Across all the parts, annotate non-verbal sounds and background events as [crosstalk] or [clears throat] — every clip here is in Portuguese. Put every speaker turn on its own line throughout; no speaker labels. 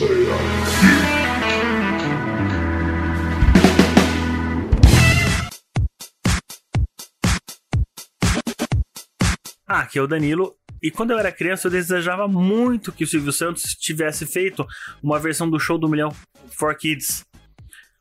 Odisseia Geek.
Ah, aqui é o Danilo. E quando eu era criança, eu desejava muito que o Silvio Santos tivesse feito uma versão do show do Milhão for Kids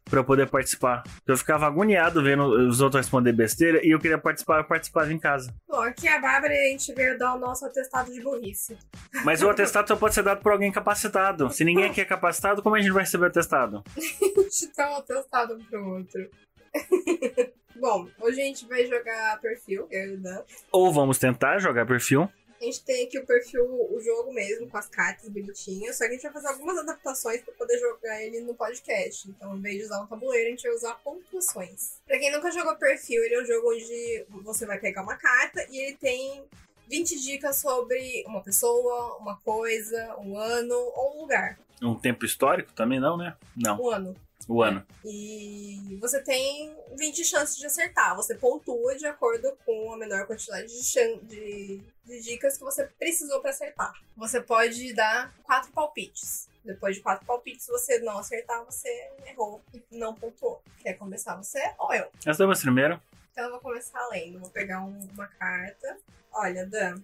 para eu poder participar. Eu ficava agoniado vendo os outros responder besteira e eu queria participar, eu participava em casa.
Bom, aqui é a Bárbara a gente veio dar o nosso atestado de burrice. [laughs]
Mas o atestado só pode ser dado por alguém capacitado. Se ninguém aqui é capacitado, como a gente vai receber o atestado?
A gente dá um atestado um pro outro. [laughs] Bom, hoje a gente vai jogar perfil, eu e o Dan.
Ou vamos tentar jogar perfil.
A gente tem aqui o perfil, o jogo mesmo, com as cartas bonitinhas. Só que a gente vai fazer algumas adaptações pra poder jogar ele no podcast. Então, em vez de usar um tabuleiro, a gente vai usar pontuações. Pra quem nunca jogou perfil, ele é um jogo onde você vai pegar uma carta e ele tem 20 dicas sobre uma pessoa, uma coisa, um ano ou um lugar.
Um tempo histórico também não, né? Não,
Um ano.
o ano.
E você tem 20 chances de acertar. Você pontua de acordo com a menor quantidade de, chan- de- de dicas que você precisou para acertar. Você pode dar quatro palpites. Depois de quatro palpites, se você não acertar, você errou e não pontuou. Quer começar você ou eu?
Essa é a primeira.
Então eu vou começar lendo. Vou pegar um- uma carta. Olha, Dan,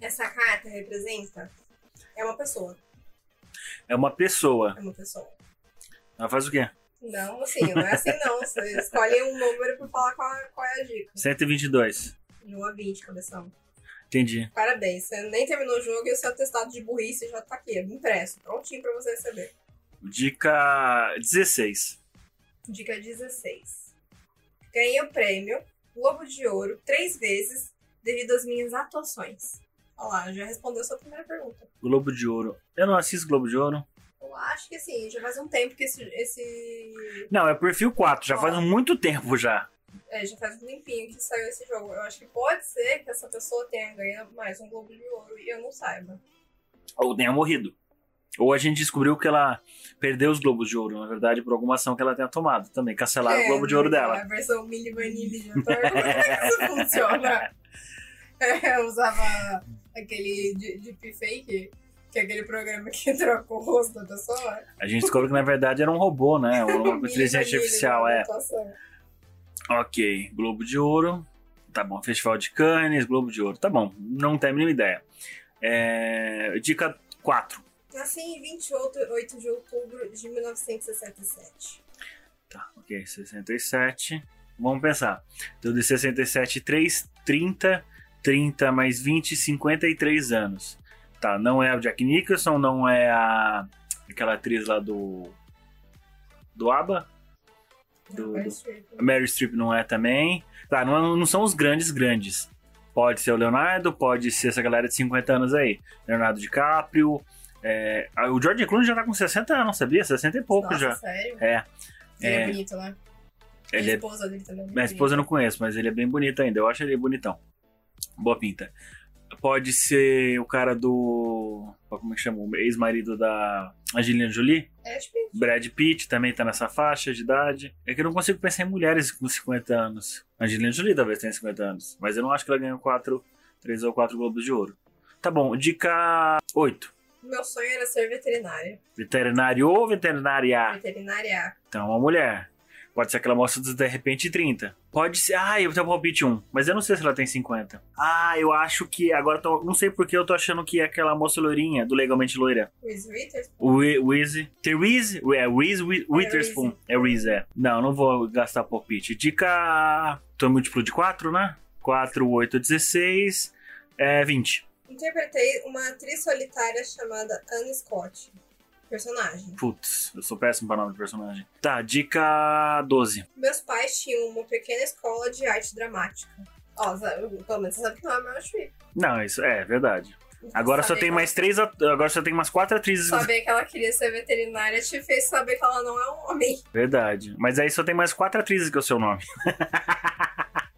essa carta representa. É uma pessoa.
É uma pessoa.
É uma pessoa.
Ela faz o quê?
Não, assim, não é assim não. Você escolhe um número pra falar qual, qual é a dica.
122.
De 1 a 20, cabeção.
Entendi.
Parabéns, você nem terminou o jogo e o seu atestado de burrice já tá aqui, impresso, prontinho pra você receber.
Dica 16.
Dica 16. Ganhei o prêmio Globo de Ouro três vezes devido às minhas atuações. Olha lá, já respondeu sua primeira pergunta.
Globo de Ouro. Eu não assisto Globo de Ouro.
Eu acho que assim, já faz um tempo que esse. esse-
Não, é perfil 4. Já faz muito tempo já.
é, já faz um tempinho que saiu esse jogo. Eu acho que pode ser que essa pessoa tenha ganho mais um Globo de Ouro e eu não saiba.
Ou tenha morrido. Ou a gente descobriu que ela perdeu os Globos de Ouro, na verdade, por alguma ação que ela tenha tomado também. Cancelaram
É,
o Globo de Ouro
não,
dela.
A versão mini vanille de ator. Como é que
[laughs]
isso funciona? É, Eu usava aquele de- deep fake, que é aquele programa que [laughs] troca o rosto da pessoa.
A gente descobriu que, na verdade, era um robô, né? Ou
[laughs]
uma inteligência artificial,
né,
é. Ok, Globo de Ouro. Tá bom, Festival de Cannes, Globo de Ouro. Tá bom, não tenho a mínima ideia. É, Dica 4.
Nasci em 28 de outubro de 1967.
Tá, ok, 67. Vamos pensar. Então, de 67, 3, 30, 30 mais 20, 53 anos. Tá, não é o Jack Nicholson, não é a aquela atriz lá do do ABBA, Do-
Meryl
do-
Streep.
a Mary Streep não é também. Tá, não, não são os grandes grandes. Pode ser o Leonardo, pode ser essa galera de 50 anos aí. Leonardo DiCaprio, é, ah, o George Clooney já tá com 60 anos, sabia? 60 e pouco
Nossa,
já.
sério?
É,
Ele
é.
é bonito, né?
Ele
a
é
esposa dele também. é
Minha
bonita.
esposa eu não conheço, mas ele é bem bonito ainda. Eu acho ele bonitão. Boa pinta. Pode ser o cara do. Como é que chama? O ex-marido da Angelina Jolie.
É, tipo,
Brad Pitt também tá nessa faixa de idade. É que eu não consigo pensar em mulheres com 50 anos. Angelina Jolie talvez tenha 50 anos. Mas eu não acho que ela ganhou 4, 3 ou 4 Globos de Ouro. Tá bom, dica 8.
meu sonho era ser veterinária.
Veterinário ou veterinária?
Veterinária.
Então, uma mulher. Pode ser que ela mostre dos de repente 30. Pode ser. Ah, eu tenho um palpite 1. Mas eu não sei se ela tem 50. Ah, eu acho que. Agora eu tô. Não sei porque eu tô achando que é aquela moça loirinha do Legalmente Loira.
Reese Witherspoon.
Wi- Wiz. Tem Wiz? É, Wiz Wi- Witherspoon. É Wiz, é. Não, não vou gastar palpite. Dica. Tô em múltiplo de 4, né? 4, 8, 16. É 20.
Interpretei uma atriz solitária chamada Anne Scott. Personagem.
Putz, eu sou péssimo pra nome de personagem. Tá, dica 12.
Meus pais tinham uma pequena escola de arte dramática. Ó, sabe- pelo menos você sabe que não é Meryl Streep.
Não, isso é verdade. Agora só
Saber
tem
que-
mais três. at- Agora só tem umas quatro atrizes.
Saber que ela queria ser veterinária te fez saber que ela não é um homem.
Verdade. Mas aí só tem mais quatro atrizes que é o seu nome. [laughs]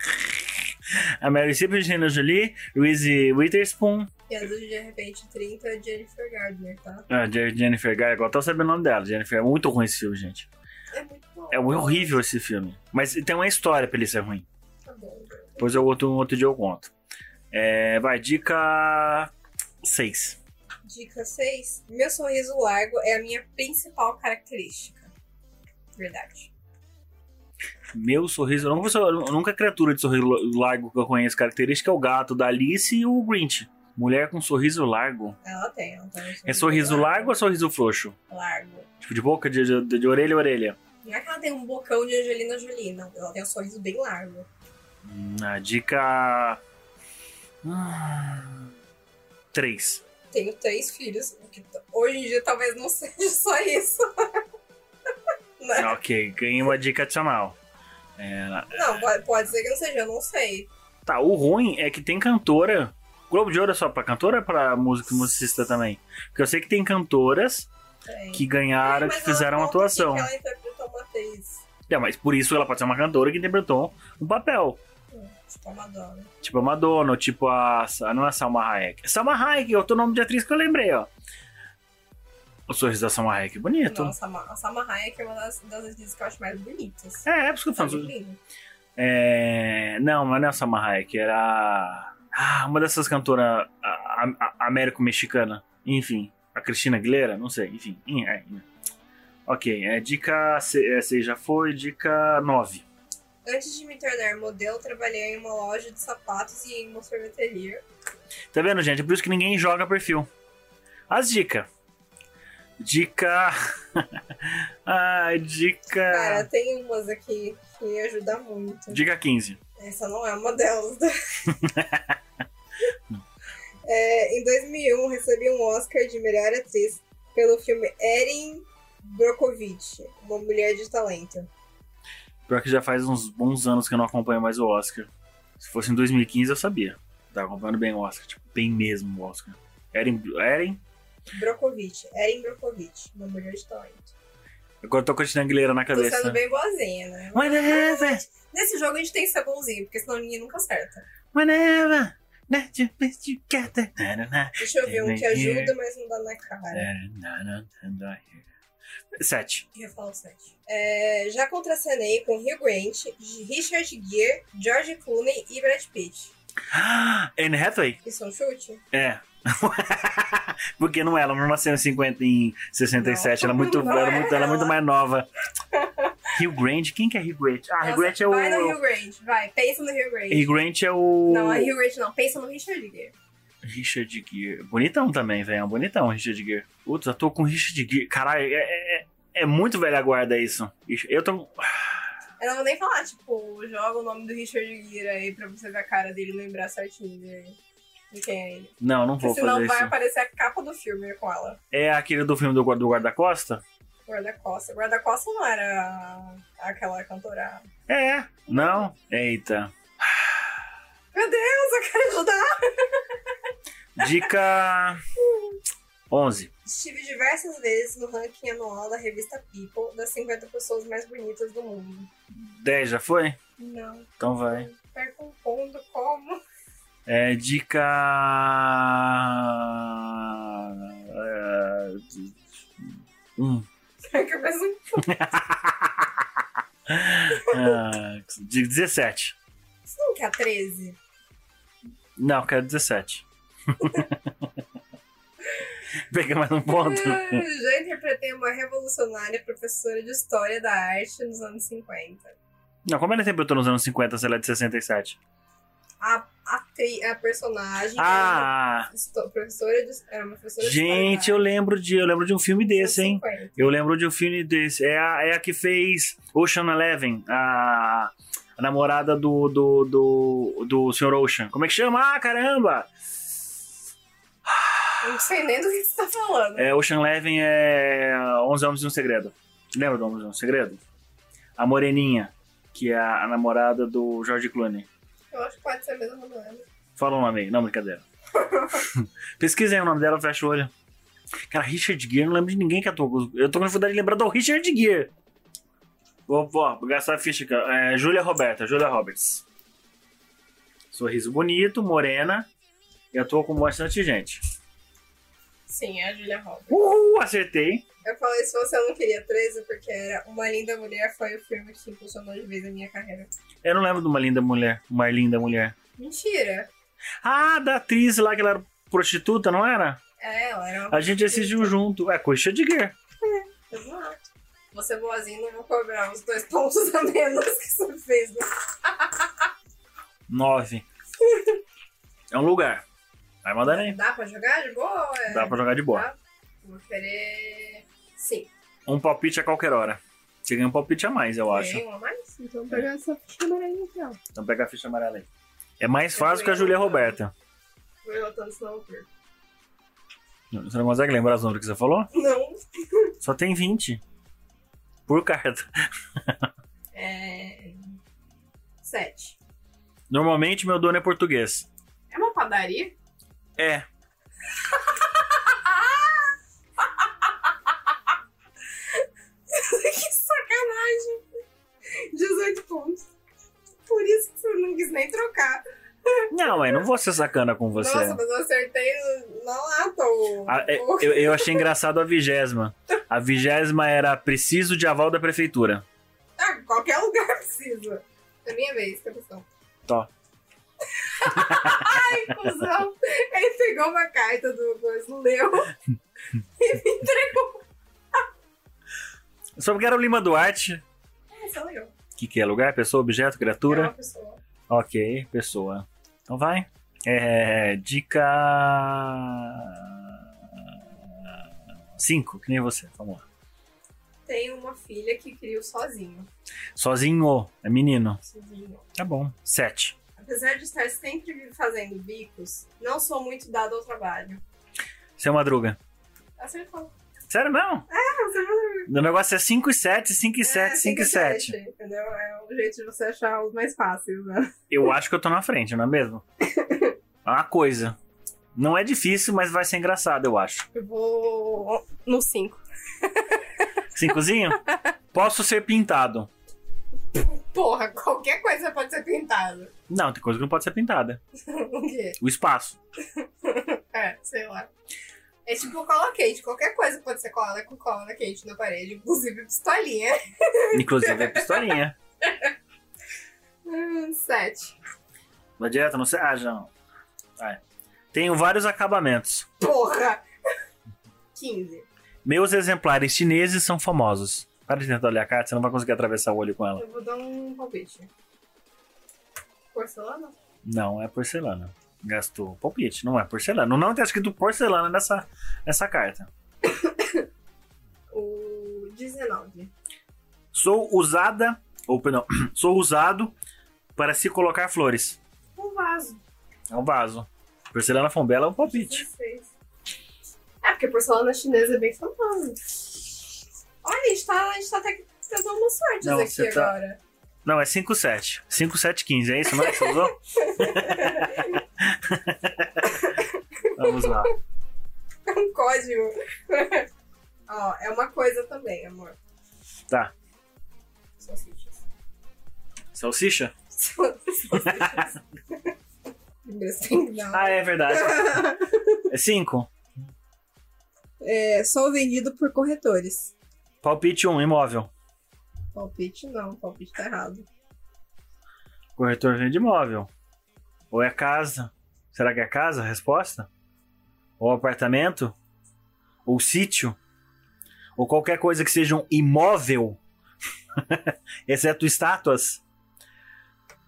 A Mary Streep, Angelina Jolie, Reese Witherspoon,
E a do de repente 30 é Jennifer Gardner, tá?
a Je- ah, Jennifer Garner. Agora tô sabendo o nome dela. Jennifer, é muito ruim esse filme, gente.
É muito bom.
É horrível esse filme. Mas tem uma história pra ele ser ruim.
Tá bom. né?
Depois um eu outro, outro dia eu conto. É, vai, dica 6.
Dica 6. Meu sorriso largo é a minha principal característica. Verdade.
Meu sorriso. Não, a única é criatura de sorriso largo que eu conheço característica é o gato da Alice e o Grinch. Mulher com sorriso largo.
Ela tem, ela tem. um
É sorriso largo ou sorriso frouxo?
Largo.
Tipo de boca, de, de, de orelha a orelha.
Não é que ela tem um bocão de Angelina Jolie, não. Ela tem um sorriso bem largo.
Hum, A dica. ah, 3.
Tenho três filhos, o que t- hoje em dia talvez não [laughs] seja só isso. Né?
ok, ganhei uma dica adicional.
Não, pode, pode ser que não seja, eu não sei.
Tá, o ruim é que tem cantora. Globo de Ouro é só pra cantora ou pra música e musicista também? Porque eu sei que tem cantoras
Tem.
que ganharam,
É. Mas
que
ela
fizeram uma
conta
atuação.
Que ela interpretou uma atriz,
É, mas por isso ela pode ser uma cantora que interpretou um papel.
tipo a Madonna.
Tipo a Madonna, ou tipo a. Sa- Não é a Salma Hayek. Salma Hayek, é outro nome de atriz que eu lembrei, ó. O sorriso da Salma Hayek, bonito.
Não, a Sama- a Sama Hayek é uma das, das atrizes que eu acho mais bonitas.
É, é por isso que eu
Tá
falo.
lindo.
É... Não, mas não é a Salma Hayek, era. Ah, uma dessas cantoras a- a- a- américo-mexicana. Enfim, a Cristina Aguilera, não sei, enfim. Ih, é, né. Ok, é, dica 6 já foi, dica 9.
Antes de me tornar modelo, trabalhei em uma loja de sapatos e em uma sorveteria.
Tá vendo, gente? É por isso que ninguém joga perfil. As dicas. Dica. Ai,
Cara,
dica.
tem umas aqui que ajuda muito.
Dica 15.
Essa não é uma delas. É, em 2001, recebi um Oscar de melhor atriz pelo filme Erin Brockovich, Uma Mulher de Talento.
Pior que já faz uns bons anos que eu não acompanho mais o Oscar. Se fosse em 2015, eu sabia. Tava acompanhando bem o Oscar. Tipo, bem mesmo o Oscar. Eren. Eren.
Brockovich, Erin Brockovich, Uma Mulher de Talento.
Agora eu tô com a Tina Aguilera na
Tô sendo
cabeça.
bem boazinha, né?
Whenever,
Nesse jogo a gente tem que ser bonzinho, porque senão ninguém nunca acerta.
whenever, that you be together. Na, na, na,
Deixa eu ver um que ajuda, mas não dá na
É.
cara.
na, na, na, na. Sete.
Eu falo sete. É, já contracenei com Hugh Grant, Richard Gere, George Clooney e Brad Pitt.
Ah, Anne Hathaway.
Isso é um chute?
É. [laughs] Porque não é, ela não nasceu em 50, em 67,
Não.
ela é muito,
Não
ela é
é
muito, ela é muito
ela.
mais
[laughs]
nova. Rio Grande, quem que é Rio Grande? Ah, Rio
Nossa,
Grande é
Vai no
o
Rio Grande, vai. Pensa no Rio Grande.
Rio Grande é o
Não, é Rio Grande não. Pensa no Richard Gere.
Richard Gere. Bonitão também, velho, é um bonitão Richard Gere. Putz, eu tô com Richard Gere. Caralho, é, é- é- é muito velha guarda isso. Ixi, Eu tô
Eu não vou nem falar, tipo, joga o nome do Richard Gere aí pra você ver a cara dele e lembrar certinho de, de quem é ele.
Não, não vou
Porque senão
fazer
vai
isso.
aparecer a capa do filme com ela.
É aquele do filme do guarda- do guarda-costa?
Guarda-costa. Guarda-costa não era aquela cantora.
É. Não? Eita.
Meu Deus, eu quero ajudar! [laughs]
Dica 11.
Estive diversas vezes no ranking anual da revista People das 50 pessoas mais bonitas do mundo.
10 já foi?
Não,
Então vai.
perco um ponto, como? [laughs]
É dica. é, Um.
Perco mais um
Ah, de 17.
Você não quer 13?
Não, quero 17. [laughs] Peguei mais um ponto.
É, Já interpretei uma revolucionária professora de História da Arte nos anos 50.
Não, como ela interpretou nos anos 50 se ela é de 67?
A, atri- a personagem era
Ah!
uma histo- professora de, era uma professora
Gente,
de
eu
História
lembro de, eu lembro de um filme
da Arte nos
desse, hein?
anos 50.
Eu lembro de um filme desse. É a, é a que fez Ocean Eleven, a, a namorada do, do, do, do Sr. Ocean. Como é que chama? Ah, caramba!
Eu não sei nem do que você tá falando.
É, Ocean Eleven é 11 Homens e um Segredo. Lembra do Homens e um Segredo? A Moreninha, que é a, a namorada do George Clooney.
Eu acho que pode ser mesmo não é?
Fala o nome aí. Não, brincadeira. Pesquisem o nome dela, fecha o olho. Cara, Richard Gere, não lembro de ninguém que atuou. com os- Eu tô com dificuldade de lembrar do Richard Gere. Vou, vou vou gastar a ficha aqui. ó. É, Júlia Roberta, Júlia Roberts. Sorriso bonito, morena. E atuou com bastante gente.
Sim, é a Julia Roberts.
Uhul, acertei.
Eu falei, se você não queria 13, porque era Uma Linda Mulher foi o filme que impulsionou de vez a minha carreira.
Eu não lembro de uma linda mulher, uma linda mulher.
Mentira!
Ah, da atriz lá que ela era prostituta, não era?
É, ela era uma
A gente assistiu junto. É, coxa de guerra.
Exato. Você boazinha, não vou cobrar os dois pontos a menos que você fez. né?
Nove. É um lugar. Vai mandar nem.
Dá pra jogar de boa? É.
Dá pra jogar de boa.
Tá? Vou querer. Sim.
Um palpite a qualquer hora. Você ganha um palpite a mais, eu acho.
Tem um a mais?
Então pegar essa ficha amarelinha aqui, ó.
Então pega a ficha amarela aí. É mais fácil que a Julia Roberta.
Vou anotando, senão eu perco.
Você não consegue lembrar os números que você falou?
Não.
Só tem 20. Por carta.
É. Sete.
Normalmente meu dono é português.
É uma padaria? [laughs]
É.
que sacanagem! 18 pontos. Por isso que você não quis nem trocar.
Não, mas não vou ser sacana com você.
Nossa, mas eu acertei não lata o.
A- é,
o- [laughs]
eu, eu achei engraçado a vigésima. A vigésima era preciso de aval da prefeitura.
Ah, qualquer lugar precisa. É minha vez, capitão.
Tá.
[laughs] Ai, cuzão. Ele pegou uma carta do coisa, leu e me entregou.
Só porque era o Lima Duarte.
Isso é legal.
O que, que é? Lugar, pessoa, objeto,
É
criatura?
uma pessoa.
Ok, pessoa. Então vai. É, dica. 5, que nem você. Vamos lá.
Tem uma filha que criou sozinho.
Sozinho, é menino.
Sozinho.
Tá bom. 7.
Apesar de estar sempre fazendo bicos, não sou muito dado ao trabalho.
Seu Madruga.
Acertou.
Sério, não?
Ah, você é
O negócio é 5 e 7, 5 e 7, 5 e 7.
Entendeu? É um jeito de você achar os mais fáceis, né?
Eu acho que eu tô na frente, não é mesmo? É uma coisa. Não é difícil, mas vai ser engraçado, eu acho.
Eu vou no 5.
Cincozinho? Posso ser pintado.
Porra, qualquer coisa pode ser pintada. [laughs]
Não, tem coisa que não pode ser pintada.
o quê?
O espaço.
É, sei lá. É tipo cola quente, qualquer coisa pode ser colada com cola quente na parede, inclusive pistolinha. [laughs]
Inclusive, é pistolinha.
Hum, Sete.
Não adianta, não sei. Ah, já não. Vai. Tenho vários acabamentos.
Porra! [laughs] 15.
Meus exemplares chineses são famosos. Para de tentar olhar a carta, você não vai conseguir atravessar o olho com ela.
Eu vou dar um palpite. Porcelana?
Não é porcelana. Gastou palpite, não é porcelana. Não tem escrito porcelana nessa, nessa carta.
O 19.
Sou usada, ou perdão, [clears throat] sou usado para se colocar flores.
Um vaso.
É um vaso. Porcelana Fombela é um palpite.
16. É, porque porcelana chinesa é bem famosa. Olha, a gente tá, a gente tá até que dando uma sorte
Não,
aqui
você tá-
agora. [laughs]
Não, é 57. 5715, é isso, não é? que Você usou? [laughs] Vamos lá.
É um código. [laughs] Ó, é uma coisa também, amor.
Tá.
Salsichas.
Salsicha?
[laughs] Salsichas. Primeiro você tem que dar.
Ah, é verdade. É 5.
É, sou vendido por corretores.
Palpite 1, um, imóvel.
Palpite não, palpite tá errado.
Corretor vende imóvel. Ou é casa? Será que é casa? a Resposta? Ou apartamento? Ou sítio? Ou qualquer coisa que seja um imóvel? [laughs] Exceto estátuas?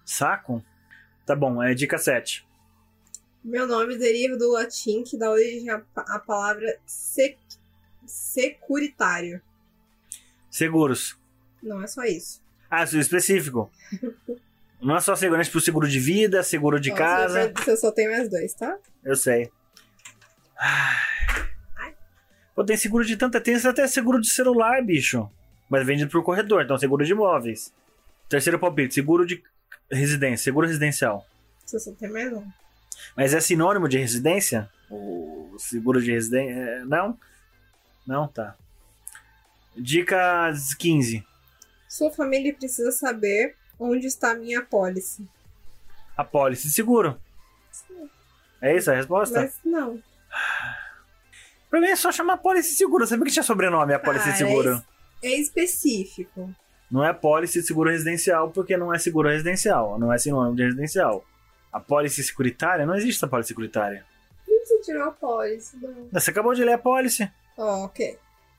Saco? Tá bom, é dica 7.
Meu nome deriva do latim que dá origem à pa- à palavra sec- securitário.
Seguros.
Não é só isso.
Ah, isso é específico. Não é só seguro, é tipo seguro de vida, seguro de
Nossa,
casa.
eu- Eu só tenho mais dois, tá?
Eu sei. Ah. Pô, tem seguro de tanta. Tem até seguro de celular, bicho. Mas vendido por corredor, então seguro de imóveis. Terceiro palpite, seguro de residência, seguro residencial.
Você só tem mais um.
Mas é sinônimo de residência? O seguro de residência. Não? Não, tá. Dica 15.
Sua família precisa saber onde está minha apólice.
Apólice de seguro. É isso a resposta?
Mas não.
Pra mim é só chamar apólice de seguro. Eu sabia que tinha sobrenome apólice de
Cara,
seguro.
é es- É específico.
Não é apólice de seguro residencial, porque não é seguro residencial, não é sinônimo de residencial. A pólice securitária, não existe essa pólice securitária.
precisa tirar o policy do.
Você acabou de ler a policy.
Ok.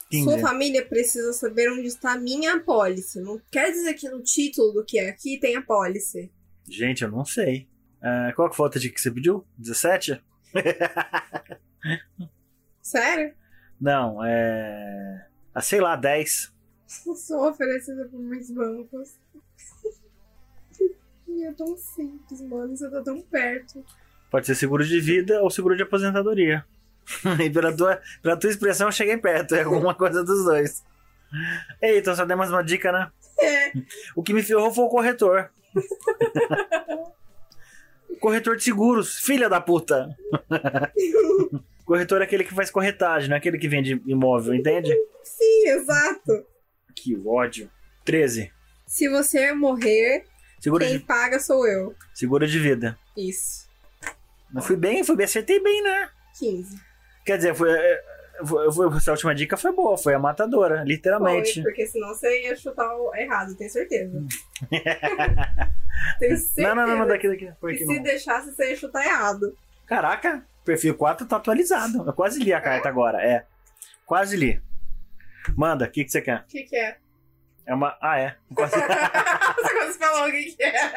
15.
Sua família precisa saber onde está a minha pólice. Não quer dizer que no título do que é aqui tem a pólice.
Gente, eu não sei. Ah, qual que foi a outra dica que você pediu? 17?
Sério?
Não, é. Ah, sei lá, 10.
Sou oferecida por muitos bancos. e é tão simples, mano. Você tá tão perto.
Pode ser seguro de vida ou seguro de aposentadoria. [laughs] e pela tua, pela tua expressão, eu cheguei perto. É alguma coisa dos dois. Ei, então só dei mais uma dica, né?
É.
O que me ferrou foi o corretor. [laughs] corretor de seguros, filha da
[laughs]
puta. corretor é aquele que faz corretagem, não é aquele que vende imóvel, entende?
Sim, exato.
Que ódio. 13.
Se você morrer,
Seguro
quem
de,
paga sou eu.
seguro de vida.
Isso.
Não fui bem, fui bem, acertei bem, né?
15.
Quer dizer, foi, é, foi- foi- essa última dica foi boa, foi a matadora, literalmente.
Foi, porque senão você ia chutar o errado, tenho certeza. [laughs] tenho certeza.
Hum. Não, não, não, não, daqui, daqui. Foi
que
aqui,
se
não.
deixasse, você ia chutar errado.
Caraca, perfil 4 tá atualizado. Eu quase li a carta agora, é. Quase li. Manda, o que, que você quer?
O que, que é? [laughs]
É uma. Ah, é. Quase-
você quase falou o que, que é.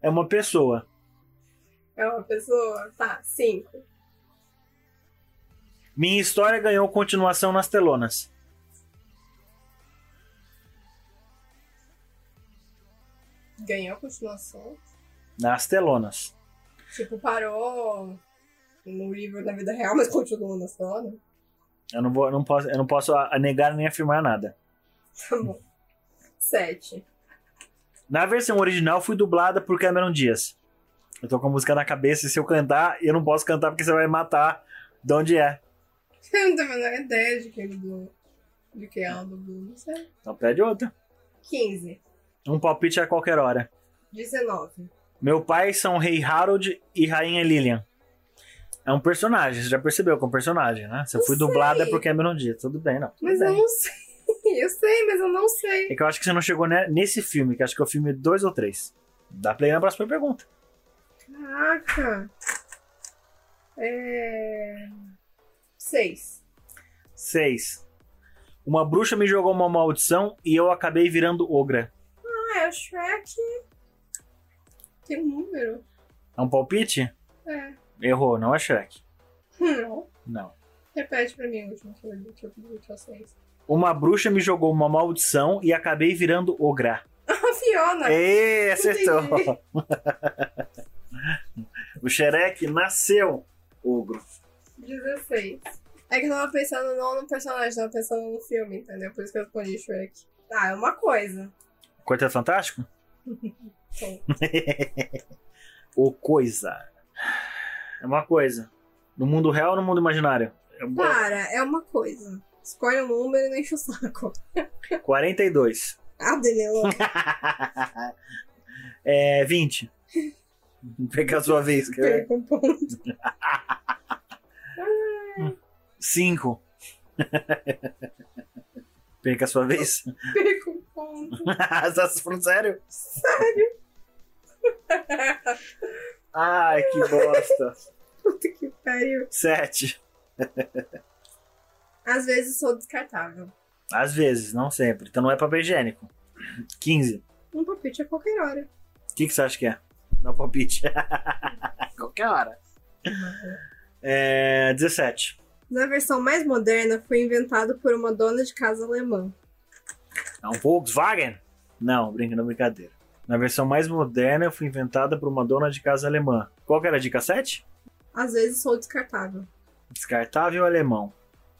É uma pessoa.
É uma pessoa. Tá, cinco.
Minha história ganhou continuação nas telonas.
Ganhou continuação.
Nas telonas.
Tipo, parou no livro da vida real, mas continua na sala.
Eu não, vou, eu não posso, eu não posso a- a negar nem afirmar nada.
Tá bom. Sete. [laughs]
Na versão original, fui dublada por Cameron Dias. Eu tô com a música na cabeça e se eu cantar, eu não posso cantar porque você vai matar de onde é.
Eu não tenho a menor ideia de quem dublou. De quem ela dublou, não sei.
Então pede outra.
Quinze.
Um palpite a qualquer hora.
Dezenove.
Meu pai são Rei Harold e Rainha Lilian. É um personagem, você já percebeu que é um personagem, né? Se eu
Eu
fui dublada
sei.
por Cameron Diaz, tudo bem, não. tudo
Mas eu
bem.
não sei. [laughs] Eu sei, mas eu não sei.
É que eu acho que você não chegou ne- nesse filme, que acho que é o filme 2 ou 3. Dá play na próxima pergunta.
Caraca. É. Seis.
6. Uma bruxa me jogou uma maldição e eu acabei virando ogra.
Ah, é o Shrek. Tem um número.
É um palpite?
É.
Errou, não é Shrek.
Não.
Não.
Repete pra mim o último que eu li, que eu li, que é eu sei.
Uma bruxa me jogou uma maldição e acabei virando ogra.
[laughs] A Fiona.
Ê, acertou.
Entendi.
o Shrek nasceu ogro.
16. É que eu tava pensando não no personagem, tava pensando no filme, entendeu? Por isso que eu respondi Shrek. Ah, é uma coisa.
Quarteto Fantástico?
Sim.
Ou coisa? É uma coisa. No mundo real ou no mundo imaginário? É uma-
Para, é uma coisa. Escolhe um número e não enche o saco.
42.
Ah, Danilo. [laughs]
é [laughs] 20. Pega a sua vez.
Perca um ponto. [laughs]
5. [laughs] Perca a sua vez. [laughs]
Perca um ponto.
Você tá falando sério? [laughs] Ai, que bosta.
Puta que pariu.
7.
Às vezes sou descartável.
Às vezes, não sempre. Então não é papel higiênico. 15.
Um palpite a qualquer hora.
O que, que você acha que é? Dá um palpite. [laughs] Qualquer hora. É, 17.
Na versão mais moderna, foi inventado por uma dona de casa alemã.
É um Volkswagen? Não, brincando, é brincadeira. Na versão mais moderna, foi inventada por uma dona de casa alemã. Qual que era a dica 7?
Às vezes sou descartável.
Descartável alemão.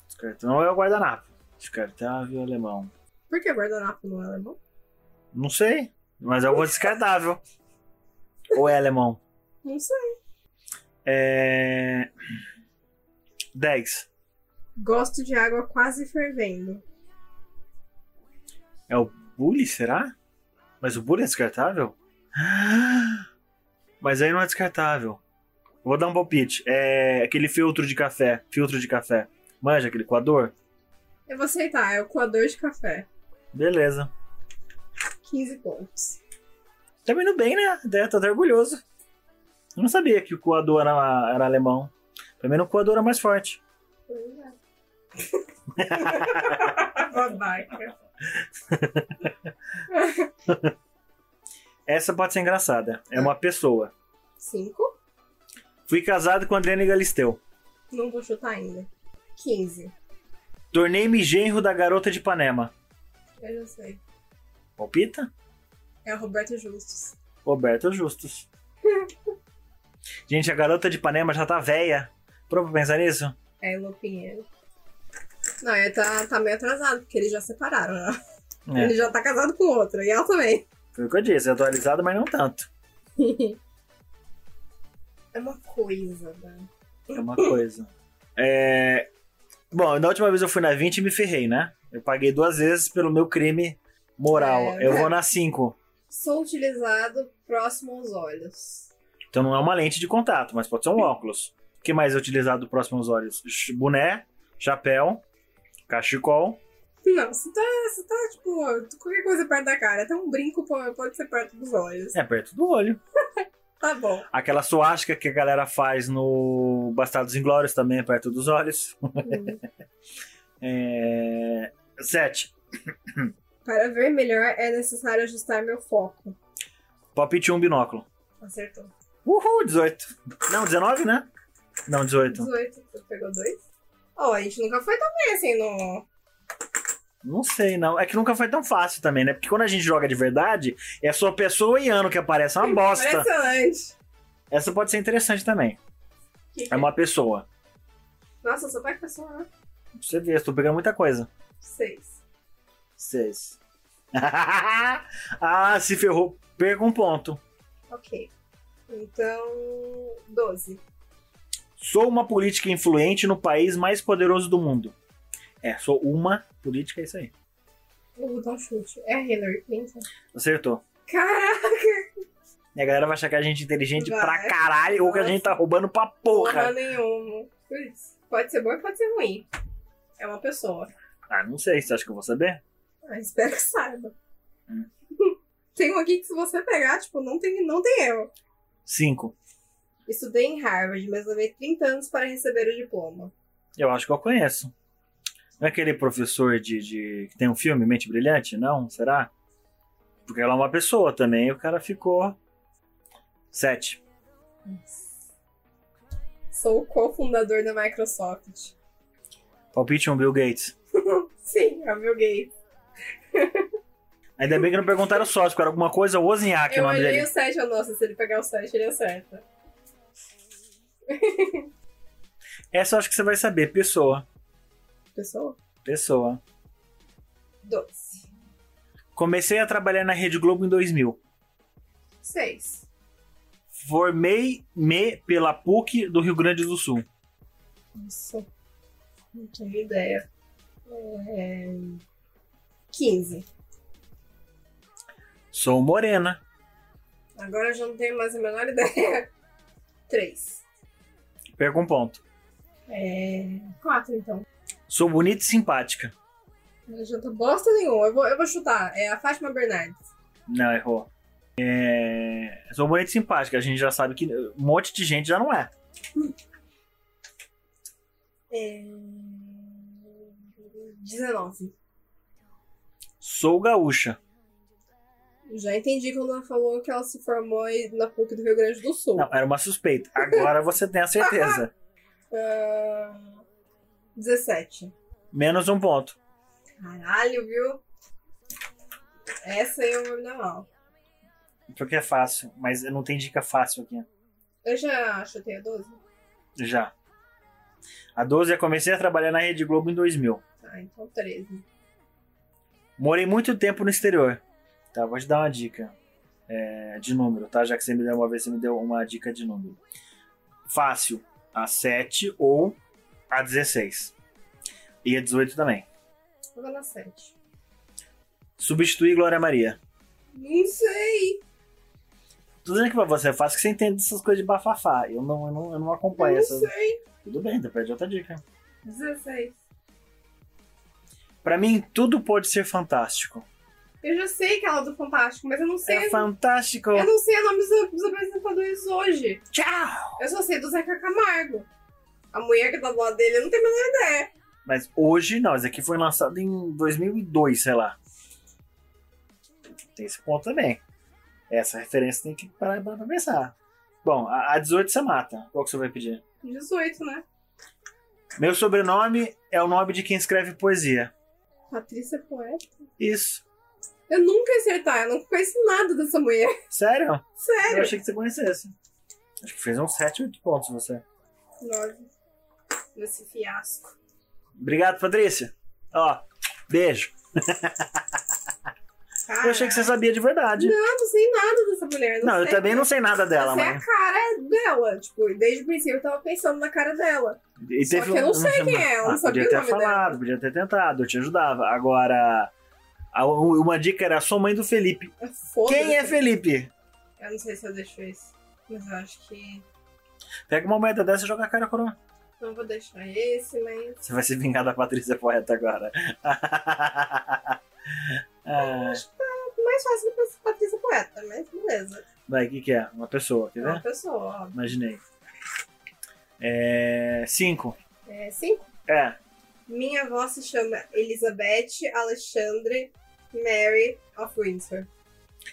Descartável é o guardanapo. Descartável alemão.
Por que guardanapo não é alemão?
Não sei, mas é o descartável. Ou é alemão?
Não sei.
É... 10.
Gosto de água quase fervendo.
É o bully, será? Mas o bully é descartável? [gasps] Mas aí não é descartável. Vou dar um palpite. É aquele filtro de café. Filtro de café. Manja aquele coador?
Eu vou aceitar, é o coador de café.
Beleza.
15 pontos.
Tá indo bem, né? Até, tô até orgulhoso. Eu não sabia que o coador era, era alemão. Primeiro, o coador era mais forte.
Pois é.
Babaca.
Essa pode ser engraçada. É uma pessoa.
Cinco?
Fui casado com a Adriana Galisteu.
Não vou chutar ainda. 15.
Tornei-me genro da garota de Ipanema.
Eu já sei.
Palpita?
É o Roberto Justus.
Roberto Justus. Gente, a garota de Ipanema já tá véia. Prova pra pensar nisso?
É Elô Pinheiro. Não, ele tá, tá meio atrasado, porque eles já separaram, né?
É.
Ele já tá casado com outra. E ela também.
Foi o que eu disse, atualizado, mas não tanto.
É uma coisa, né?
É uma coisa. É... Bom, da última vez eu fui na 20 e me ferrei, né? Eu paguei duas vezes pelo meu crime moral.
É.
Eu vou na 5.
Sou utilizado próximo aos olhos.
Então não é uma lente de contato, mas pode ser um óculos. O que mais é utilizado próximo aos olhos? Ch- Boné, chapéu, cachecol.
Não, se tá, se tá, tipo, qualquer coisa perto da cara. Até um brinco pô, pode ser perto dos olhos.
É perto do olho.
Tá bom.
Aquela suástica que a galera faz no Bastardos Inglórios também é perto dos olhos.
Hum.
É... Sete.
Para ver melhor, é necessário ajustar meu foco.
Palpite um binóculo.
Acertou.
Uhul, 18. Não, 19, né? Não, 18.
18. Tu pegou dois? Ó, a gente nunca foi tão bem assim no.
Não sei, não. É que nunca foi tão fácil também, né? Porque quando a gente joga de verdade, é só pessoa e ano que aparece. É uma bosta.
Impressionante.
Essa pode ser interessante também.
Que que
É uma pessoa.
Nossa, eu sou pai pessoa, né?
Pra Você vê, estou pegando muita coisa.
Seis.
Seis. [laughs] ah, se ferrou. Perca um ponto.
Ok. Então. 12.
Sou uma política influente no país mais poderoso do mundo. É, sou uma política, é isso aí.
Eu vou dar um chute. É a Hillary Clinton.
Acertou.
Caraca!
E a galera vai achar que a gente é inteligente
Vai.
pra caralho ou que a gente tá roubando pra
Porra
porra.
nenhuma. Putz, Pode ser bom e pode ser ruim. É uma pessoa.
Ah, não sei. Você acha que eu vou saber?
Ah, espero que saiba.
Hum.
[laughs] tem um aqui que se você pegar, tipo, não tem, não tem erro.
Cinco.
Estudei em Harvard, mas levei 30 anos para receber o diploma.
Eu acho que eu conheço. Não é aquele professor de, de- que tem um filme, Mente Brilhante? Não? Será? Porque ela é uma pessoa também e o cara ficou. Sete.
Sou o cofundador da Microsoft.
Palpite um Bill Gates.
Sim, é o Bill Gates.
Ainda bem que não perguntaram só, se era alguma coisa, Wozniak é o
eu
nome
olhei
dele.
o 7, nossa, se ele pegar o 7, ele acerta.
Essa eu acho que você vai saber. Pessoa.
Pessoa?
Pessoa.
12.
Comecei a trabalhar na Rede Globo em 2000.
6.
Formei-me pela PUC do Rio Grande do Sul.
Nossa, não tenho ideia. É... 15.
Sou morena.
Agora eu já não tenho mais a menor ideia. 3.
Perco um ponto.
É... 4, então.
Sou bonita e simpática.
Não adianta bosta nenhuma. Eu vou, eu vou chutar. É a Fátima Bernardes.
Não, errou. É... Sou bonita e simpática. A gente já sabe que um monte de gente já não é.
É... 19.
Sou gaúcha.
Já entendi quando ela falou que ela se formou aí na PUC do Rio Grande do Sul.
Não, era uma suspeita. Agora você tem a certeza.
Ah, 17.
Menos um ponto.
Caralho, viu? Essa aí eu vou me dar mal.
Porque é fácil, mas não tem dica fácil aqui.
Eu já chutei a 12?
Já. A 12 eu comecei a trabalhar na Rede Globo em 2000.
Tá, então 13.
Morei muito tempo no exterior. Tá, vou te dar uma dica. é, de número, tá? Já que você me deu uma vez, você me deu uma dica de número. Fácil. A 7 ou a 16. E a 18 também.
Eu vou na 7.
Substituir Glória Maria.
Não sei.
Tô dizendo que pra você é fácil que você entende dessas coisas de bafafá. Eu não, eu não, eu não acompanho
Eu
essas.
não sei.
Tudo bem, depois de outra dica.
16.
Pra mim, tudo pode ser fantástico.
Eu já sei que ela é do Fantástico, mas eu não sei.
É fantástico!
eu não sei o nome dos, dos apresentadores hoje.
Tchau!
Eu só sei do Zeca Camargo. A mulher que tá do lado dele, eu não tenho a menor ideia.
Mas hoje não, isso aqui foi lançado em 2002, sei lá. Tem esse ponto também. Essa referência tem que parar pra pensar. Bom, a, a 18 você mata. Qual que você vai pedir?
18, né?
Meu sobrenome é o nome de quem escreve poesia.
Patrícia Poeta.
Isso.
Eu nunca ia acertar, eu não conheço nada dessa mulher.
Sério? Eu
Sério.
achei que você conhecesse. Acho que fez uns 7, 8 pontos você. É.
Nove. Nesse fiasco.
Obrigado, Patrícia. Ó, beijo. Eu achei que você sabia de verdade.
Não, não sei nada dessa mulher.
Não,
sei.
eu também não sei nada dela,
Essa é a
mas.
cara dela. Tipo, desde o princípio eu tava pensando na cara dela.
E
Só que eu não sei quem é, eu não
Ah, podia
sabia o
ter
nome dela.
falado, podia ter tentado, eu te ajudava. Agora, a- uma dica era sou mãe do Felipe.
Foda-se.
Quem é Felipe?
Eu não sei se eu deixo isso. Mas eu acho que.
Pega uma moeda dessa e joga a cara a coroa.
Não vou deixar esse, mas.
Você vai se vingar da Patrícia Poeta agora. [laughs] Ah,
Mais fácil pra ser Patrícia Poeta, mas beleza.
vai, o que, que é? Uma pessoa, quer
É uma
ver?
pessoa, ó.
Imaginei. É, cinco.
É, cinco.
É,
Minha avó se chama Elizabeth Alexandre Mary of Windsor.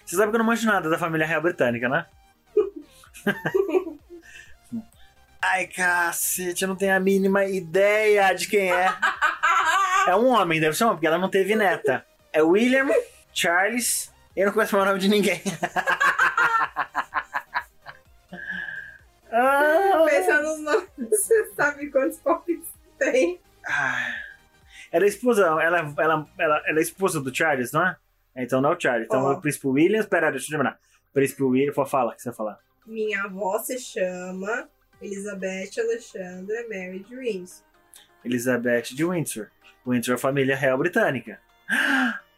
Você sabe que eu não manjo nada da família real britânica, né? [laughs] Ai, cacete, eu não tenho a mínima ideia de quem é. É um homem, deve ser um homem, porque ela não teve neta. É William, Charles, eu não conheço o nome de ninguém. Ah, [laughs]
Pensando nos nomes, [laughs] você sabe quantos palpites tem.
ah. Ela é esposa, ela, ela, ela, ela é esposa do Charles, não é? Então não é o Charles, então é
Ó.
o príncipe William. Pera, deixa eu terminar. Príncipe William, fala, fala, o que você vai falar?
Minha avó se chama Elizabeth Alexandra Mary de Windsor.
Elizabeth de Windsor. Windsor é a família real britânica.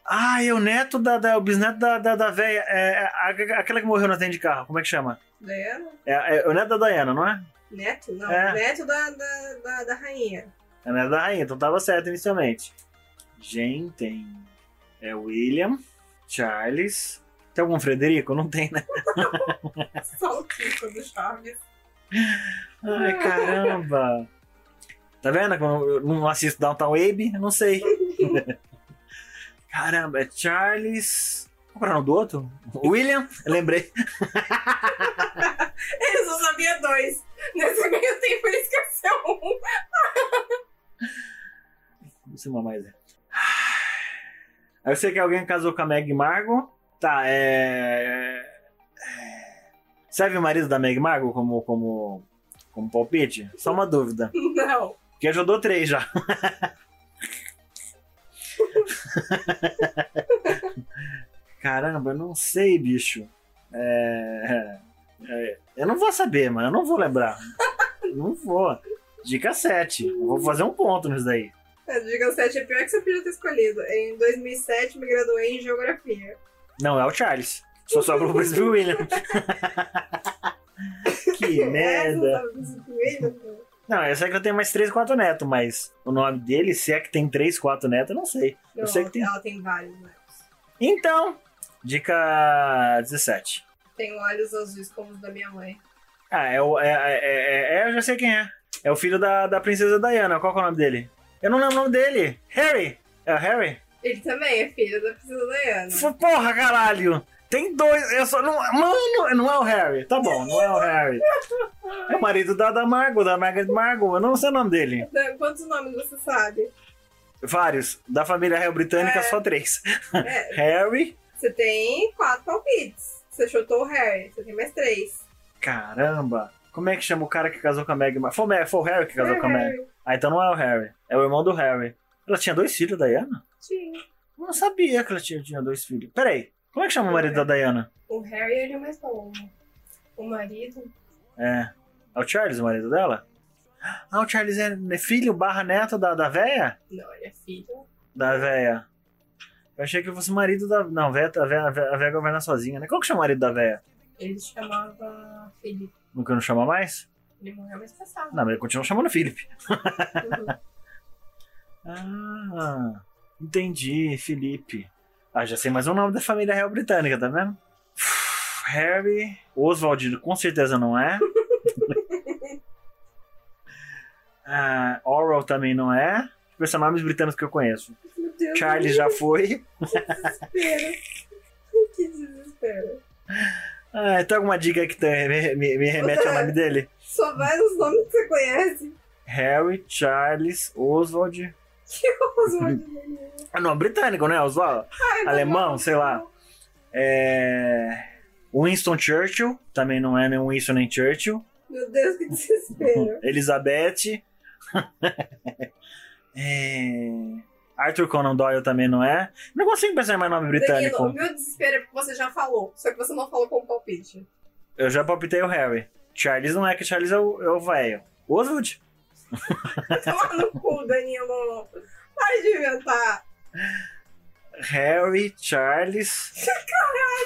Ah, é o neto da. da- o bisneto da, da, da véia. é, é, a- aquela que morreu no acidente de carro, como é que chama?
Diana?
É, é o neto da Diana, não é?
Né? Neto? Não,
É.
neto da, da, da, da rainha.
É o neto da rainha, então tava certo inicialmente. Gente, tem. É William, Charles. Tem algum Frederico? Não tem, né?
Só o Kiko do Chaves.
Ai, caramba! Tá vendo como eu não assisto Downtown Abe? Eu Não sei. caramba, é Charles. Qual era o nome do outro? William? Eu lembrei.
Ele só sabia dois. Nesse meio tempo ele esqueceu um.
Não sei mais é. Aí eu sei que alguém casou com a Meg Margo. Tá, é. é- Serve o marido da Meg Margo como, como, como palpite? Só uma dúvida.
Não.
Porque ajudou três já. Caramba, eu não sei, bicho. É... é, Eu não vou saber, mano. Eu não vou lembrar. Eu não vou. Dica 7. Eu vou fazer um ponto nisso daí.
A Diga 7 é pior que você podia ter escolhido. Em 2007 me graduei em Geografia.
Não, é o Charles. Só sobra o Príncipe William. [laughs] que merda. Não, eu sei que eu tenho mais 3, 4 netos, mas o nome dele, se é que tem 3, 4 netos, eu não sei.
Eu
sei que tem-
Ela tem vários, né?
Então, dica 17.
Tem olhos azuis como os da minha mãe.
Ah, é o. É, é, é- é- é, eu já sei quem é. É o filho da, da princesa Diana. Qual que é o nome dele? Eu não lembro o nome dele. Harry! É o Harry?
Ele também é filho da princesa Diana.
F- Porra, caralho! Tem dois. Eu só. Não, mano, não é o Harry. Tá bom, não é o Harry. É o marido da, da Margot, da Margaret Margot. Eu não sei o nome dele.
Da- Quantos nomes você sabe?
Vários. Da família real britânica,
É.
só três.
É,
[laughs] Harry.
você tem quatro palpites. Você chutou o Harry, você tem mais três.
Caramba! Como é que chama o cara que casou com a Meg? Mar- Foi, o Ma- foi o Harry que casou
É,
com a Meg.
Harry.
Ah, então não é o Harry. É o irmão do Harry. Ela tinha dois filhos, Diana?
Sim.
Eu não sabia que ela tinha, tinha dois filhos. Peraí, como é que chama o marido da Diana?
O Harry ele é o mais novo. O marido
É. É o Charles, o marido dela? Ah, o Charles é ne- filho barra neto da, da véia?
Não, ele é filho.
Da véia. Eu achei que fosse marido da. Não, véia, a véia, a véia, a véia governa sozinha, né? Como que chama o marido da véia?
Ele se chamava Felipe.
Nunca não chama mais?
Ele morreu mês passado.
Não, mas ele continua chamando Felipe. [laughs]
Uhum.
Ah, entendi, Felipe. Ah, já sei mais um nome da família real britânica, tá vendo? Harry. Oswaldino com certeza não é. ah, Oral também não é. Deixa eu ver se são nomes britânicos que eu conheço.
Meu Deus,
Charlie já foi.
que desespero. [laughs] que desespero.
Ah, tem alguma dica que tem- me, me- me remete ao nome dele?
Só vai os nomes que você conhece.
Harry, Charles, Oswald. [laughs]
Oswald Jr.
Ah, não, britânico, né? Oswald.
Ai, tá
Alemão,
bom.
sei lá. É... Winston Churchill. Também não é nem Winston nem Churchill.
Meu Deus, que desespero.
Elizabeth. [laughs] É, Arthur Conan Doyle também não é. Não consigo pensar em mais nome britânico.
Danilo, o meu desespero é porque você já falou, só que você não falou como palpite.
[laughs] Eu já palpitei o Harry. Charles não é, que Charles é o, é o velho. Oswald?
Toma no cu, Danilo. Para de inventar.
Harry, Charles.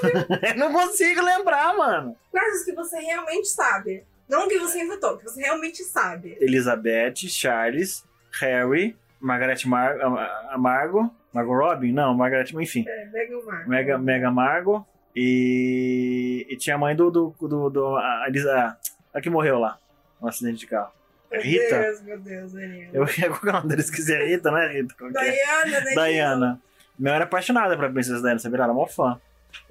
Caralho! [laughs] não consigo lembrar, mano.
Quais os que você realmente sabe? Não o que você inventou, o que você realmente sabe.
Elizabeth, Charles, Harry, Margaret Mar a- a- Margo. Margot Robin? Não, Margaret, enfim.
É, Mega Mar.
Mega, Mega Margo. E, e tinha a mãe do. do, do, do- a, a Lisa- a que morreu lá. No acidente de carro. Rita?
Meu Deus, meu Deus, Danilo.
Eu [laughs] qual que é o nome dela? Esqueci. É Rita, não é Rita? Qual que é?
Diana, Danilo.
Diana. Não era apaixonada pela Princesa Diana, você viraram mó fã.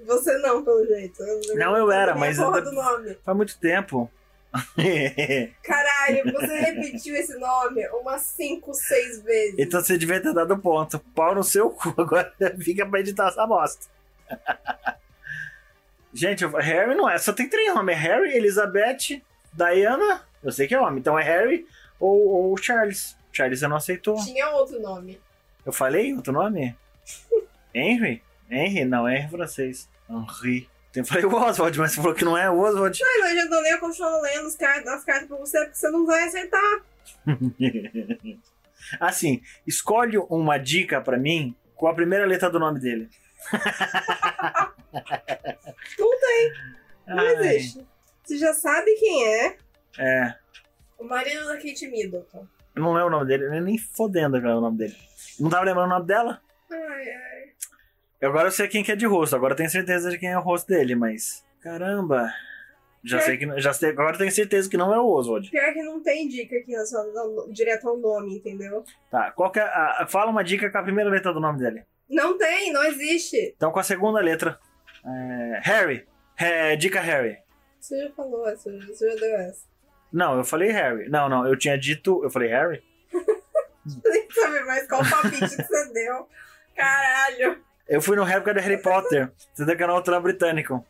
Você não, pelo jeito.
Não, eu era,
Também
mas-
A porra do nome.
Faz muito tempo. [laughs]
Caralho, você repetiu esse nome umas 5, 6 vezes.
então você devia ter dado ponto. Pau no seu cu, [laughs] agora fica pra editar essa bosta. [laughs] Gente, eu- Harry não é, só tem três nomes. É Harry, Elizabeth, Diana. Eu sei que é homem, então é Harry ou, ou Charles. Charles você não aceitou.
Tinha outro nome.
Eu falei outro nome? Henry? Henry? Não, é Henry francês. Henri. Eu falei o Oswald, mas você falou que não é o Oswald.
Ai, não adianta eu ler, eu continuo lendo as cartas, as cartas pra você, porque você não vai acertar.
[laughs] assim, escolhe uma dica pra mim com a primeira letra do nome
[laughs]
dele.
Não
tem.
Não existe. Você já sabe quem é.
É,
O marido da Kate Middleton.
eu não lembro o nome dele, eu nem fodendo agora o nome dele. Não tava lembrando o nome dela?
Ai, é. ai.
E Agora eu sei quem que é de rosto, agora eu tenho certeza de quem é o rosto dele, mas. Caramba! Já
É.
sei que. não- Já sei, agora eu tenho certeza que não é o Oswald.
Pior que não tem dica aqui relacionada ao- direto ao nome, entendeu?
Tá, qual que é a- a- fala uma dica com a primeira letra do nome dele.
Não tem, não existe.
Então com a segunda letra. É, Harry. É, dica Harry.
Você já falou essa, você já deu essa. [laughs]
Não, eu falei Harry. Não, não, eu tinha dito. Eu falei Harry?
Tem que saber mais qual palpite que você deu. Caralho. [laughs]
Eu fui no Harry por causa do Harry Potter. [laughs] Entendeu que era um autor britânico.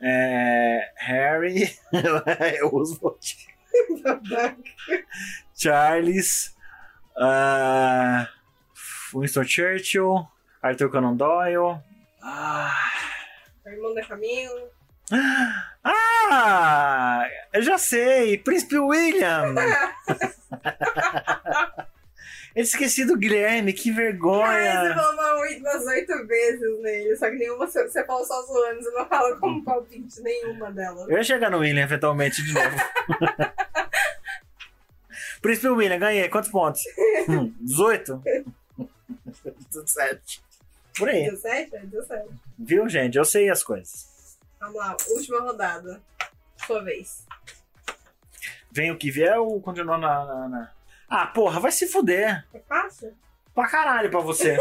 É, Harry. [laughs] Oswald. Charles. ah, Winston Churchill. Arthur Conan Doyle. Ah,
A irmã da Camila.
ah, eu já sei! Príncipe
[laughs]
William! Eu esqueci do Guilherme, que
Ai, você
vergonha!
falou uma oito- umas oito vezes nele, só que nenhuma você, você falou só zoando, você não fala como palpite nenhuma delas.
Eu ia chegar no William eventualmente de
[laughs]
novo. Príncipe William, ganhei. Quantos pontos? Hum, 18? 17. Por aí.
17? É 17.
Viu, gente? Eu sei as coisas.
Vamos lá, última rodada. Sua vez.
Vem o que vier ou continua na, na- na- Ah, porra, vai se fuder.
É fácil?
Pra caralho pra você.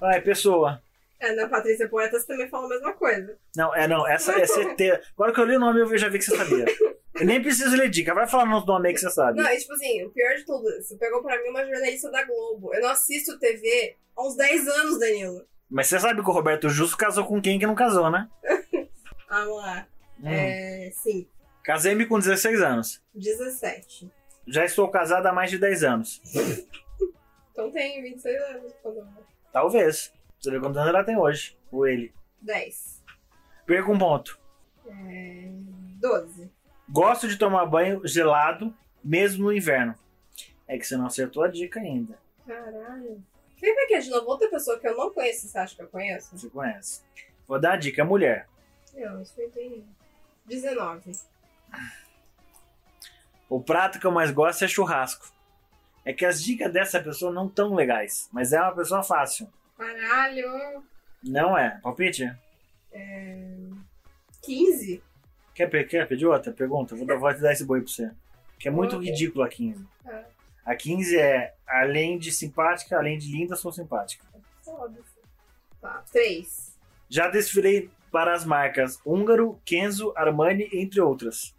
Vai, pessoa.
A Ana É, Patrícia Poetas também falou a mesma coisa.
Não, é não, essa é certeza. Agora que eu li o nome, eu já vi que você sabia. Eu nem preciso ler dica. Vai falar nos nomes aí que você sabe.
Não, e tipo assim, o pior de tudo, você pegou pra mim uma jornalista da Globo. Eu não assisto TV há uns 10 anos, Danilo.
Mas você sabe que o Roberto Justo casou com quem que não casou, né?
Ah, Vamos lá. É, sim,
Casei-me com 16 anos.
17.
Já estou casada há mais de 10 anos.
Então tem 26 anos, quando
Talvez. Você vê quantos anos ela tem hoje. Ou ele.
10.
Perca um ponto.
É, 12.
Gosto de tomar banho gelado, mesmo no inverno. É que você não acertou a dica ainda.
Caralho.
Quem vai que é de novo? Outra pessoa que eu não conheço, você acha que eu conheço?
Você conhece. Vou dar a dica. Mulher.
Não, isso não tem. 19.
O prato que eu mais gosto é churrasco. É que as dicas dessa pessoa não tão legais. Mas é uma pessoa fácil.
Caralho.
Não é. Palpite?
15?
Quer, pe- quer pedir outra pergunta? Vou, dar, vou te dar esse boi pra você. Que é muito
Ok.
ridículo a 15.
Tá.
A 15 é, além de simpática, além de linda, sou simpática.
Foda-se. Tá, 3.
Já desfilei para as marcas Húngaro, Kenzo, Armani, entre outras.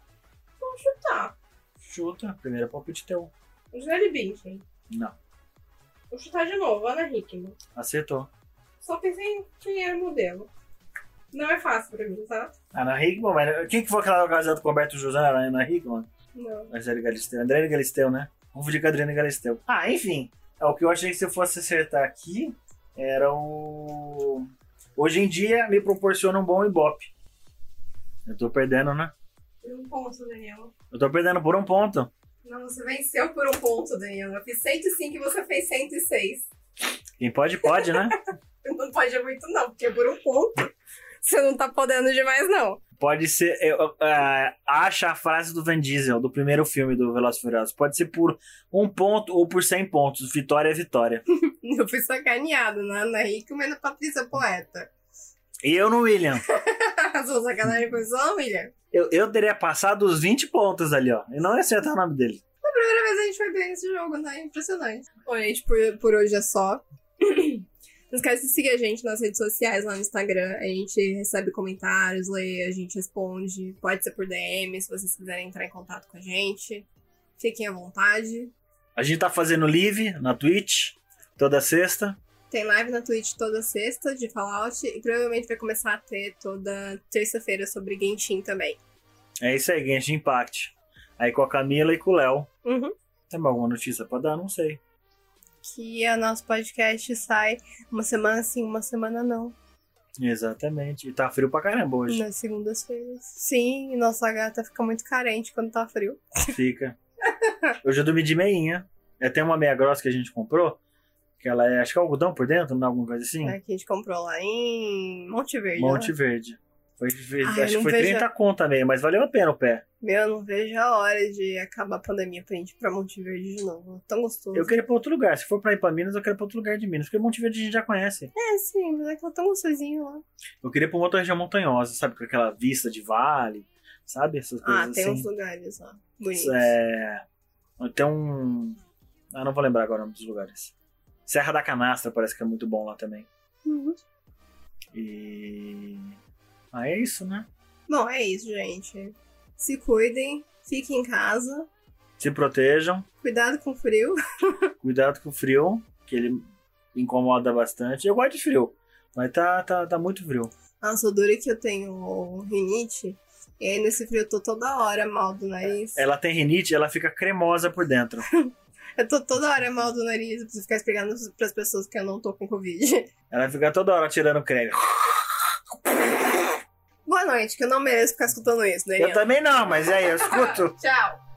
Vamos chutar.
Chuta, primeiro palpite teu.
Joelle Binchen.
Não.
Vou chutar de novo, Ana Hickman.
Acertou.
Só pensei em quem era o modelo. Não é fácil pra mim, tá?
Ana Hickman, mas quem que foi aquela casada com o Roberto José? Era a Ana Hickman?
Não.
Marcelo Galisteu. André Galisteu, né? Confundi com a Adriana Galisteu. Ah, enfim. É, o que eu achei que se eu fosse acertar aqui era o. Hoje em dia me proporciona um bom ibope. Eu tô perdendo, né?
Por um ponto, Daniela.
Eu tô perdendo por um ponto.
Não, você venceu por um ponto, Daniela. Eu fiz 105 e você fez 106.
Quem pode, pode, né?
Não pode muito, não, porque é por um ponto. Você não tá podendo demais, não.
Pode ser. é, é, acha a frase do Van Diesel, do primeiro filme do Velozes e Furiosos. Pode ser por um ponto ou por 100 pontos. Vitória é vitória.
Eu fui sacaneado na Ana Hickman e na Patrícia Poeta. [laughs]
E eu no William.
A sua sacanagem foi só, William?
Eu, eu teria passado os 20 pontos ali, ó. E não ia acertar o nome dele.
Primeira vez a gente foi bem nesse jogo, né? Impressionante. Bom, gente, por, por hoje é só. [clears throat] Não esquece de seguir a gente nas redes sociais, lá no Instagram. A gente recebe comentários, lê, a gente responde. Pode ser por DM, se vocês quiserem entrar em contato com a gente. Fiquem à vontade.
A gente tá fazendo live na Twitch toda sexta.
Tem live na Twitch toda sexta de Fallout e provavelmente vai começar a ter toda terça-feira sobre Genshin também.
É isso aí, Genshin Impact. Aí com a Camila e com o Léo.
Uhum.
Tem alguma notícia pra dar? Não sei.
Que o nosso podcast sai uma semana sim, uma semana não.
Exatamente. E tá frio pra caramba hoje.
Nas segundas-feiras. Sim, e nossa gata fica muito carente quando tá frio.
Fica. Hoje eu dormi de meinha. É, Tem uma meia grossa que a gente comprou. Que ela é, acho que é algodão por dentro, não é alguma coisa assim?
É, que a gente comprou lá em Monte Verde.
Monte
né?
Verde. Foi, foi-
Ai, Ah, eu
acho que
não
foi
vejo-
30 conta meia, mas valeu a pena o pé.
Meu, eu não vejo a hora de acabar a pandemia pra gente ir pra Monte Verde de novo. Tá Tão gostoso.
Eu queria ir pra outro lugar. Se for pra ir pra Minas, eu quero ir pra outro lugar de Minas. Porque Monte Verde a gente já conhece.
É, sim, mas é que tá tão gostosinho lá.
Eu queria ir pra uma outra região montanhosa, sabe? Com aquela vista de vale, sabe? Essas
Ah,
coisas
tem uns
assim.
lugares lá. Bonitos.
É... Tem um. Ah, não vou lembrar agora o nome dos lugares. Serra da Canastra parece que é muito bom lá também.
Uhum.
E. Ah, é isso, né?
Bom, é isso, gente. Se cuidem, fiquem em casa,
Se protejam,
cuidado com o frio. [laughs]
cuidado com o frio, que ele incomoda bastante. Eu gosto de frio, mas tá, tá, tá muito frio.
Nossa, o duro é que eu tenho rinite. E aí nesse frio eu tô toda hora mal do nariz.
Ela tem rinite, ela fica cremosa por dentro.
Eu tô toda hora mal do nariz, eu preciso ficar explicando pras pessoas que eu não tô com Covid. [laughs]
Ela fica toda hora tirando creme.
Boa noite, que eu não mereço ficar escutando isso,
Eu
Daniel.
também não, mas é, eu escuto.
Tchau.